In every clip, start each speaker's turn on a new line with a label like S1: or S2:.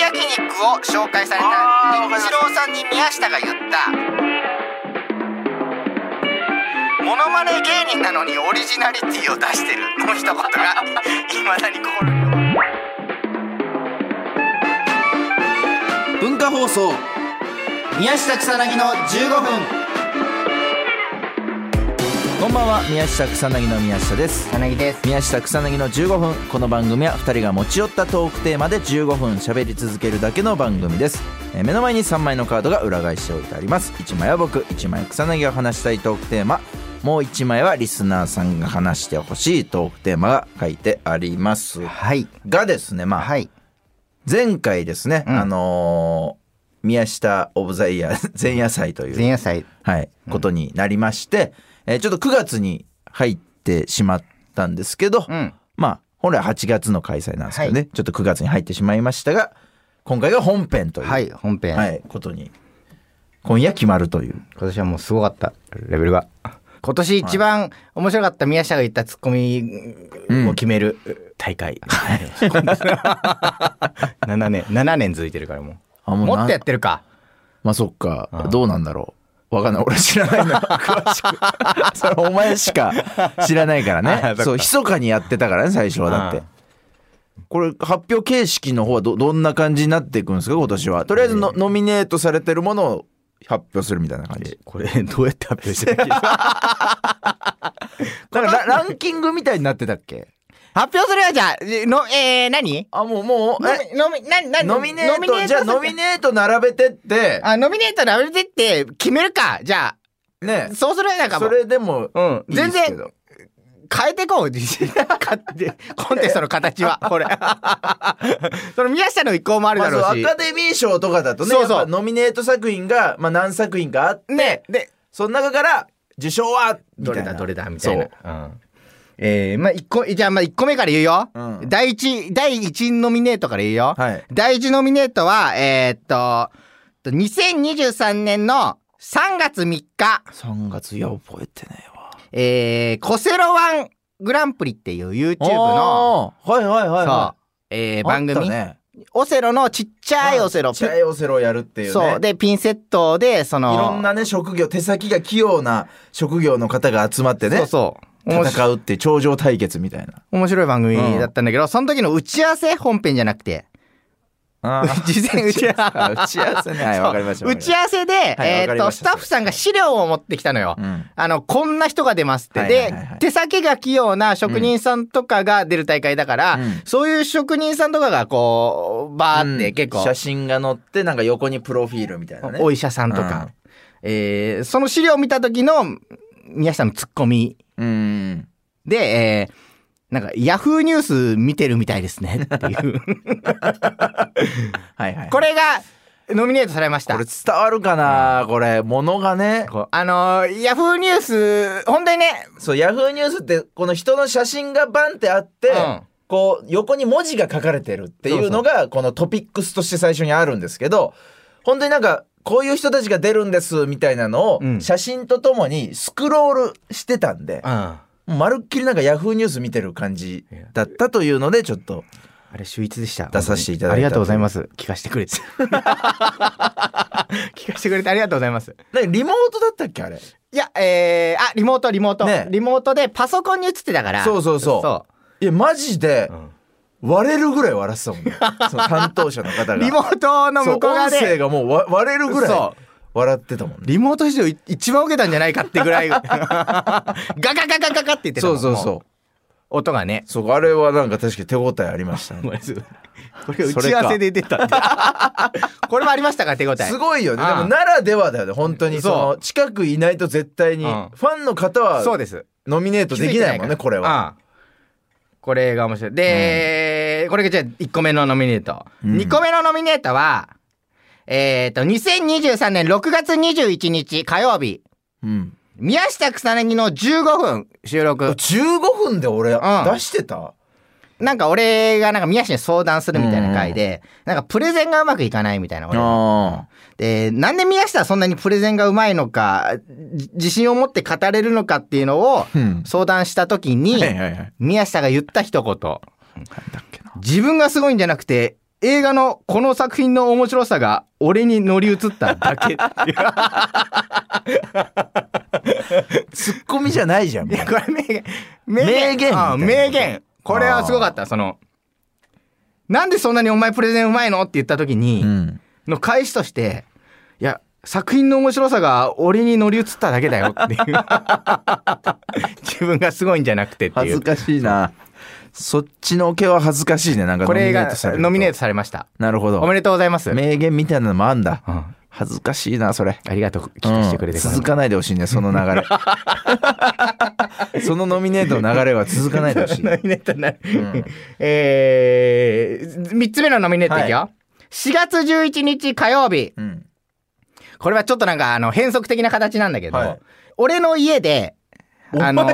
S1: を紹介され
S2: あー
S1: た
S2: わかりま
S1: 一
S2: した
S1: 郎さんに宮下が言ったモノマネ芸人なのにオリジナリティを出してるの一言 がいまだに心に残る
S3: 文化放送
S1: 宮下草薙の15分
S3: こんばんは宮下草薙の宮下です
S1: 草薙です
S3: 宮下草薙の15分この番組は2人が持ち寄ったトークテーマで15分喋り続けるだけの番組です、えー目の前に3枚のカードが裏返しておいてあります1枚は僕1枚は草薙が話したいトークテーマもう1枚はリスナーさんが話してほしいトークテーマが書いてあります
S1: はい
S3: がですねまあ、
S1: はい
S3: 前回ですね、
S1: ん
S3: あのー宮下オブザイヤー前夜祭という
S1: 前夜祭
S3: はい、ことになりまして、えーちょっと9月に入ってしまったんですけど、
S1: うん
S3: まあ、本来8月の開催なんですけどね、
S1: は
S3: ちょっと9月に入ってしまいましたが、今回が本編という、
S1: はい本編、
S3: はいことに、今夜決まるという。
S1: 今年はもうすごかったレベルが今年一番面白かった宮下が言ったツッコミを決める大会、7年7年続いてるからも
S3: あ
S1: う
S3: もうな
S1: もっとやってるか
S3: まあそっか、どうなんだろう。わかんない。俺知らないの。 詳しく。それお前しか知らないから
S1: あそ
S3: ね
S1: っ。か
S3: そう、密かにやってたからね、最初はだっ
S1: う
S3: て
S1: ん。
S3: これ発表形式の方はどどんな感じになっていくんですか今年はとりあえずの、ノミネートされてるものを発表するみたいな感じ
S1: こ れどうや って発表してる
S3: だからラランキングみたいになってたっけ
S1: 発表するよじゃあえのえー、何
S3: あもうもうえ
S1: ノミノミ何何
S3: ノミネートじゃあノミ
S1: ネー
S3: ネート並べてって
S1: トあノミネート並べてって決めるかじゃ
S3: ね
S1: あそうするよなんかも
S3: そうれでも
S1: うん
S3: いいですけど
S1: 変えていこう コンテストの形 はこれ その宮下の意向もある
S3: ま
S1: だ
S3: あそう
S1: ろう
S3: ア
S1: し、
S3: カデミー賞とかだとね
S1: そうそう
S3: やっぱノミネート作品が、まあ、何作品かあって、
S1: ねで
S3: その中から受賞はみ
S1: ど
S3: た
S1: れ
S3: いな
S1: だどれだみたい
S3: そ
S1: なうんえー、まあ一個じゃあまあ1個目から言うよ、
S3: うん
S1: 第1第一ノミネートから言うよ、
S3: はい
S1: 第1ノミネートはえーっと2023年の3月3日
S3: う3月いや覚えてねえわ
S1: えー、コセロワングランプリっていう YouTube の、
S3: あーはいはいはい
S1: そう
S3: は、
S1: え
S3: い
S1: ー、番
S3: あ
S1: 組、
S3: ったね
S1: オセロのちっちゃいオセロ、
S3: ちっちゃいオセロをやるっていうね
S1: そうでピンセットでその
S3: いろんなね職業手先が器用な職業の方が集まってね
S1: そうそう面白
S3: 戦うっていう頂上対決みたいな
S1: 面白い番組だったんだけど、その時の打ち合わせ本編じゃなくて
S3: あ ー
S1: 事前打ち合わ
S3: 打ち合わせねはい
S1: せ
S3: わかりました
S1: 打ち合わせで、え
S3: わか
S1: ーっ
S3: り
S1: と
S3: まし
S1: ス
S3: た
S1: タッフさんが資料を持ってきたのよ、
S3: うん
S1: あのこんな人が出ますって、
S3: はいはいはいはい
S1: で手先が器用な職人さんとかが出る大会だから、
S3: うん
S1: そういう職人さんとかがこうバーって結構、
S3: うん写真が載ってなんか横にプロフィールみたいなね
S1: お医者さんとか、えーその資料を見た時の宮下のツッコミ
S3: うん
S1: で、えーなんか、ヤフーニュース見てるみたいですねって いう。
S3: はいはい
S1: これが、ノミネートされました。
S3: これ伝わるかな、これ物がね
S1: こうあのーヤフーニュース、本当にね、
S3: そうヤフーニュースってこの人の写真がバンってあって、
S1: うん
S3: こう横に文字が書かれてるっていうのがこのトピックスとして最初にあるんですけど本当になんかこういう人たちが出るんですみたいなのを
S1: うん
S3: 写真とともにスクロールしてたんで、
S1: あ
S3: まるっきりなんかヤフーニュース見てる感じだったというのでちょっと
S1: れ、秀逸でした。
S3: 出させていただいた
S1: ありがとうございます。聞かせてくれて。 聞かせてくれてありがとうございます。
S3: なんかリモートだったっけあれ
S1: いや、えー、あ、リモート、リモート。
S3: ね
S1: リモートでパソコンに映ってたから。
S3: そうそうそういやマジで割れるぐらい笑ってた もんねその担当者の方が
S1: リモートの向こう側
S3: そう音声
S1: で。
S3: がもうわ割れるぐらい
S1: そ
S3: 笑ってたもんね
S1: リモート市場一番受けたんじゃない かってぐらい。ガガガガガガって言ってた
S3: そうそう
S1: う。
S3: そ
S1: 音がね
S3: う。そうあれはなんか確かに手応えありましたね
S1: これ打ち合わせで出たって これもありましたか手応え
S3: すごいよねで
S1: ああ
S3: もならではだよね本当にそ
S1: そう
S3: の近くいないと絶対にフ
S1: うん
S3: ァンの方
S1: そう
S3: は
S1: です
S3: ノミネートできないもんねこれは
S1: ああこれが面白いで、これがじゃあ1個目のノミネート、
S3: うん
S1: 2個目のノミネートはえっ、と2023年6月21日火曜日
S3: うん
S1: 宮下草薙の15分収録
S3: 15分で俺
S1: ん
S3: 出してた
S1: なんか俺がなんか宮下に相談するみたいな回で、なんかプレゼンがうまくいかないみたいな俺が
S3: あ
S1: で、なんで宮下はそんなにプレゼンがうまいのか、じ自信を持って語れるのかっていうのを
S3: うん
S1: 相談した時に、
S3: はいはいはい
S1: 宮下が言った一言。
S3: だっけな
S1: 自分がすごいんじゃなくて、映画のこの作品の面白さが俺に乗り移っただ け。
S3: ツッコミじゃないじゃん
S1: い
S3: もう
S1: やこれ名言。
S3: 名言みたいな
S1: あ名言。これはすごかった。その、なんでそんなにお前プレゼンうまいのって言った時に、
S3: うん
S1: の返しとして、いや、作品の面白さが俺に乗り移っただけだよって いう。自分がすごいんじゃなくてって
S3: 恥
S1: い
S3: ず
S1: う。
S3: かしいなそっちのけは恥ずかしいねなんか
S1: これがノ
S3: ノミ
S1: ミネー
S3: ネー
S1: ト
S3: ト
S1: されました。
S3: なるほど
S1: おめでとうございます。
S3: 名言みたいなのもあんだ
S1: うん
S3: 恥ずかしいなそれ
S1: ありがとう、聞かせてくれて。
S3: うん続かないでほしいねその流 れそのノミネートの流れは続かないでほしい
S1: ノミネート になる。えー、3つ目のノミネートいくよ。4月11日火曜日。
S3: うん
S1: これはちょっとなんかあの変則的な形なんだけど、
S3: はい
S1: 俺の家で、あ
S3: お前
S1: の、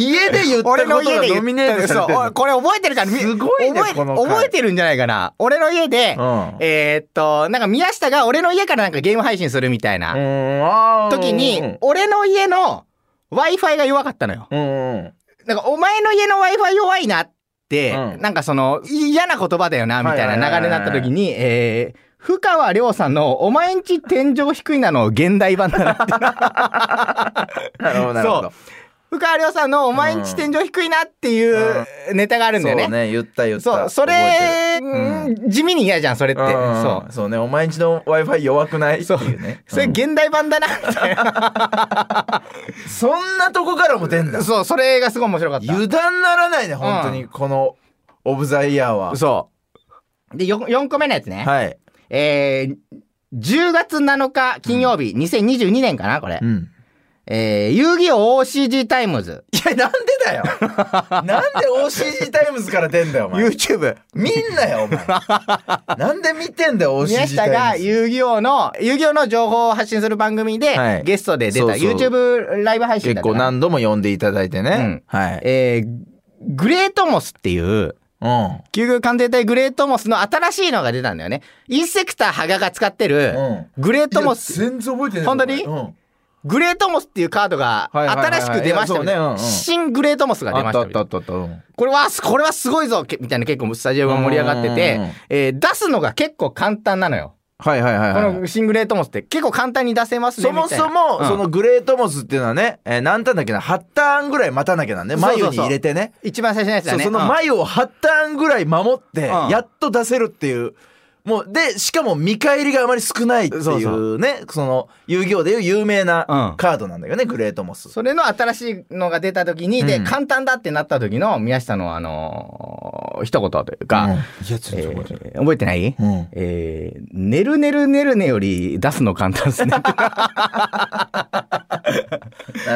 S3: 家で言ったこ
S1: 俺
S3: と
S1: の家
S3: が
S1: で
S3: ノミネートされてる
S1: そうおこれ覚えてるからみ
S3: すごいね
S1: 覚え
S3: この回
S1: 覚えてるんじゃないかな俺の家で、
S3: うん
S1: えーっとなんか宮下が俺の家からなんかゲーム配信するみたいな
S3: の
S1: 時に、俺の家の w i f i が弱かったのよ
S3: うんうん
S1: なんかお前の家の w i f i 弱いなって、
S3: うん
S1: なんかその嫌な言葉だよなみたいな流れになった時に、えー深川亮さんの「お前んち天井低いな」の現代版だな って
S3: なるほどなるほ
S1: そ
S3: ど
S1: う深川亮さんの「お前んち天井低いな」っていうネタがあるんだよね。
S3: そうね言った言った
S1: そう、そ
S3: 覚え
S1: れ、
S3: う
S1: 地味に嫌じゃん、それって。
S3: てるうん
S1: そ
S3: そうそうねお前んちの w i f i 弱くないっていう ね
S1: う。それ
S3: うん
S1: 現代版だな、 みたいな。
S3: そんなとこからも出んだ
S1: そう、それがすごい面白かった。
S3: 油断ならないね本当にこのオブザイヤーは
S1: そう。で、よ4個目のやつね。
S3: はい
S1: えー10月7日金曜日、2022年かな、これ。
S3: うん
S1: えー遊戯王 OCG タイムズ。
S3: いやなんでだよなんで OCG タイムズから出んだよお前
S1: YouTube。
S3: 見んなよお前なんで見てんだよ OCG
S1: 宮
S3: タイムズ
S1: 下が遊戯王の、遊戯王の情報を発信する番組で、
S3: はい
S1: ゲストで出た
S3: そうそう
S1: YouTube ライブ配信だ
S3: 結
S1: った
S3: 構
S1: かな
S3: 何度も呼んでいただいてね、
S1: うん
S3: はい、
S1: えーグレートモスっていう、
S3: うん
S1: 救急艦艇隊グレートモスの新しいのが出たんだよね。インセクターハガが使ってる、グレートモス、
S3: 全然覚えてない
S1: 本当に
S3: うん
S1: グレートモスっていうカードが
S3: はいはいはいはい
S1: 新しく出ましたみたい
S3: いやそうねうんう
S1: なん新グレートモスが出
S3: あ
S1: ま
S3: っ
S1: したた
S3: あっ
S1: みた
S3: た
S1: い
S3: あ
S1: な
S3: ったあったうん
S1: これは、これはすごいぞけみたいな結構スタジオが盛り上がって
S3: うんうんうん
S1: て、えー出すのが結構簡単なのよ。
S3: はいはいはい
S1: こ
S3: はい
S1: の新グレートモスって結構簡単に出せますね
S3: そ
S1: みたい
S3: も
S1: な。
S3: そも、
S1: うん
S3: そのグレートモスっていうのはね、えー、何ターンだっけな8ターンぐらい待たなきゃなんね
S1: そうそうそう
S3: 眉に入れてね
S1: 一番最初のやつ
S3: そ
S1: だ
S3: う
S1: ね。
S3: その
S1: うん
S3: 眉を8ターンぐらい守って、
S1: うん
S3: やっと出せるっていうもうでしかも見返りがあまり少ないっていうね
S1: そ
S3: そう
S1: そ
S3: の遊戯王でいう有名
S1: うん
S3: なカードなんだよね、グレートモス。
S1: それの新しいのが出た時に、で、
S3: うん
S1: 簡単だってなった時の宮下のあのー一言というか、
S3: うんいや
S1: え
S3: 全然覚えてない
S1: ー覚えてない、
S3: うん
S1: えー、ねるねるねるねより出すの簡単 ですね。
S3: なる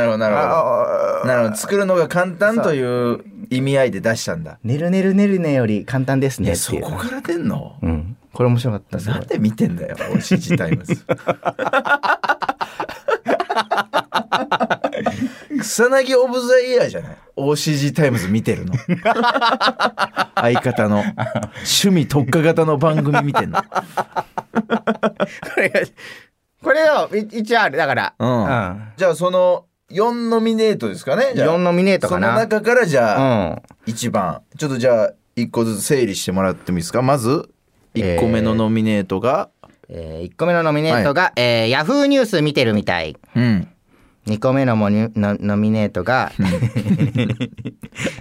S3: ほどなるほどなるほど作るのが簡単という意味合いで出したんだ
S1: ねるねるねるねより簡単ですね
S3: え
S1: って
S3: そ
S1: いう。
S3: こから出んの
S1: うん。これ面白かったです
S3: なんで見てんだよ OCG タ イムズ草薙オブザイヤーじゃない OCG タイムズ見てるの相方の趣味特化型の番組見てんの
S1: こ れが、これをい一応ある。だから、
S3: う
S1: う
S3: ん
S1: ん。
S3: じゃあその4ノミネートですかねじゃあ
S1: 4ノミネートか
S3: その
S1: な。
S3: 中からじゃ
S1: う
S3: あ、
S1: ん。
S3: 一番ちょっとじゃあ一個ずつ整理してもらってもいいですかまず一個目のノミネートが、
S1: え1個目のノミネートが、えー、ヤフーニュース見てるみたい。
S3: うん
S1: 2個目のモニのノミネート が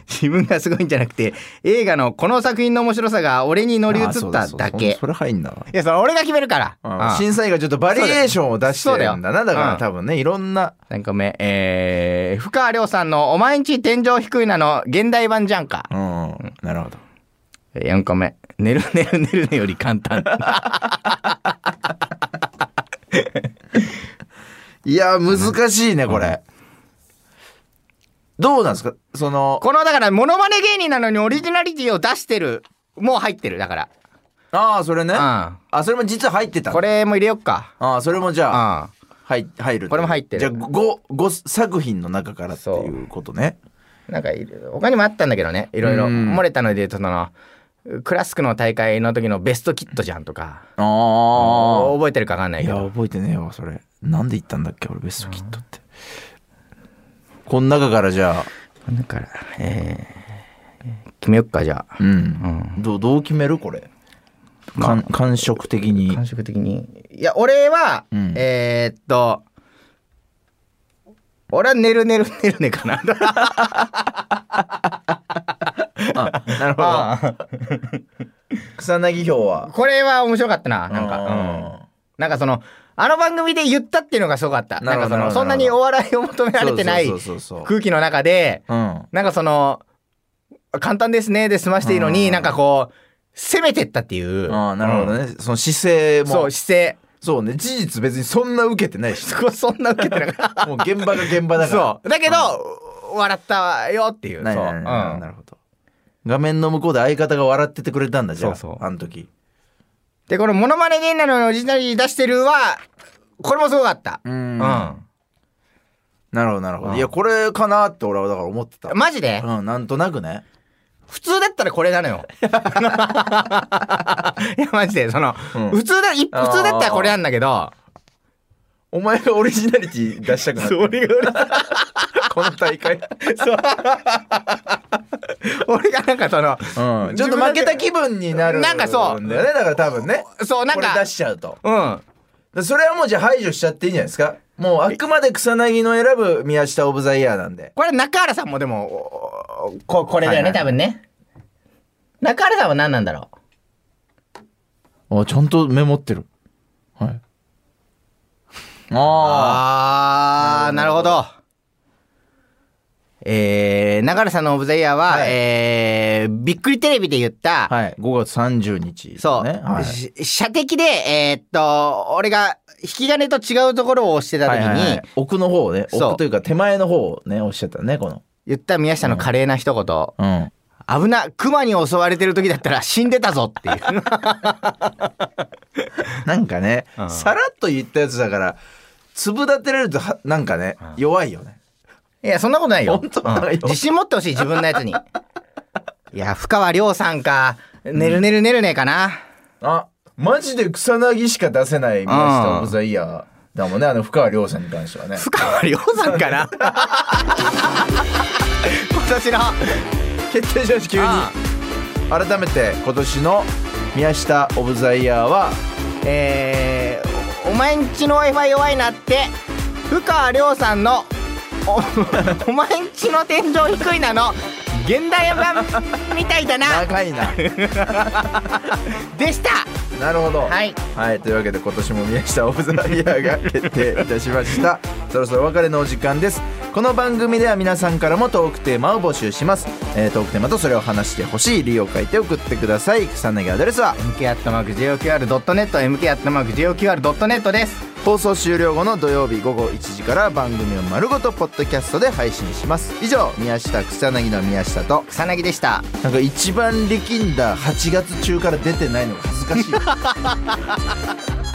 S1: 自分がすごいんじゃなくて映画のこの作品の面白さが俺に乗り移
S3: あそ
S1: っ
S3: うだ
S1: た
S3: そうだ
S1: だけ
S3: それ入んな
S1: そいやそれ俺が決めるからあ
S3: 審査員がちょっとバリエーションを出してるんだな
S1: そうだよ
S3: だから、
S1: うん
S3: 多分ねいろんな
S1: 3個目えー、深川亮さんの「お前んち天井低いな」の現代版じゃんか
S3: うんなるほど
S1: 4個目「寝る寝る寝るね」より簡単
S3: いや難しいねこれ、どうなんですかその
S1: このだからモノマネ芸人なのにオリジナリティを出してるもう入ってるだか
S3: ああそれね、
S1: ら
S3: あそれも実は入って
S1: う
S3: た
S1: んこれも入れよっか
S3: ああそれもじ
S1: う
S3: ゃあ、
S1: ん
S3: はい入る
S1: これも入ってる
S3: じゃあ 5, 5作品の中からっていうことね
S1: なんかいる他にもあったんだけどねいろいろ
S3: うん
S1: 漏れたので言うとそのクラスクの大会の時のベストキットじゃんとか
S3: ああ
S1: 覚えてるか分かんない
S3: い
S1: け
S3: や
S1: ど
S3: 覚えてねえわそれなんで言ったんだっけ俺ベストキットってこの中からじゃあ
S1: だからえー決めよっかじゃあ、
S3: う、
S1: うんん、
S3: どうどう決めるこれ、かん感触的に
S1: 感触的にいや俺は、
S3: うん
S1: えーっと俺は寝る寝る寝るねかな
S3: あなるほど
S1: ああ
S3: 草薙票は
S1: これは面白かったななんかうん
S3: あ
S1: なんかそのあの番組で言ったっていうのがすごかったな
S3: な
S1: ん
S3: る
S1: か
S3: ほど
S1: その
S3: なるほど
S1: そんなにお笑いを求め
S3: ー
S1: られてない
S3: そうそうそうそう
S1: 空気の中で
S3: うん
S1: なんかその簡単ですねで済ましていいの
S3: う
S1: に
S3: ん
S1: なんかこう攻めてったっていう
S3: ああなるほど
S1: ね
S3: ね、その姿勢も
S1: そう姿勢
S3: そうね事実別にそんな受けてないし
S1: そこそんな受けてなか った
S3: もう現場が現場だから
S1: そうだけど、笑ったよっていう
S3: ない
S1: そう
S3: ないないない
S1: うん
S3: なるほど画面の向こうで相方が笑っててくれたんだじゃあ
S1: そうそう
S3: あの時
S1: でこの「モノマネ芸人なのにオリジナリティ出してるは」これもすごかった
S3: う
S1: うんん、
S3: なるほどなるほ
S1: う
S3: ど
S1: ん
S3: いやこれかなって俺はだから思ってた
S1: マジで、
S3: うんなんとなくね
S1: 普通だったらこれな のよいやマジでその、
S3: うん
S1: 普通だい普通だったらこれなんだけど
S3: お前がオリジナリティ出したくな った
S1: それが
S3: この大会
S1: 俺がなんかその
S3: うんちょっと負けた気分になる
S1: なんかそうん
S3: だよねだから多分ね
S1: そうなん
S3: これ
S1: か
S3: 出しちゃうと
S1: うん
S3: でそれはもうじゃあ排除しちゃっていいんじゃないですかもうあくまで草薙の選ぶ宮下オブザイヤーなんで
S1: これ中原さんもでもおおここれだよね、
S3: はいはい
S1: 多分ね中原さんは何なんだろう
S3: あちゃんとメモってるはいあ
S1: あーなるほど。えー、中原さんのオブザイヤーは、
S3: はい
S1: えー、びっくりテレビで言った、
S3: あはい5月30日、ね、
S1: そう、
S3: はい、
S1: し射的で、えーっと、俺が引き金と違うところを押してた時に、
S3: はいはいはい奥の方をね
S1: そう
S3: 奥というか手前の方をねおっしゃったねこの
S1: 言った宮下の華麗な一言、
S3: うん
S1: 危な、熊に襲われてる時だったら死んでたぞっていう。
S3: なんかね、
S1: うん
S3: さらっと言ったやつだから粒立てられるとはなんかね、弱いよね
S1: いや、そんなことないよ。
S3: 本当だよ
S1: うん自信持ってほしい、自分のやつに。いや、深川亮さんか、ねるねるねるねかな。
S3: あマジで草薙しか出せない宮下オブザイヤーだもんねあの深川亮さんに関してはね
S1: 深川亮さんかな今年の
S3: 決定しました急に
S1: あ
S3: 改めて今年の宮下オブザイヤーは
S1: えー、お前んちの w i f i 弱いなって深川亮さんのおお前んちの天井低いなの現代版みたいだな
S3: 長いな
S1: で した
S3: なるほど
S1: はい
S3: はい、というわけで今年も宮下オブザイヤーが決定いたしました そろそろお別れのお時間ですこの番組では皆さんからもトークテーマを募集します、えートークテーマとそれを話してほしい理由を書いて送ってください草薙アドレスは
S1: mk.joqr.net mk.joqr.net です
S3: 放送終了後の土曜日午後1時から番組を丸ごとポッドキャストで配信します以上宮下草薙の宮下と
S1: 草薙でした
S3: なんか一番力んだ8月中から出てないのが恥ずかしい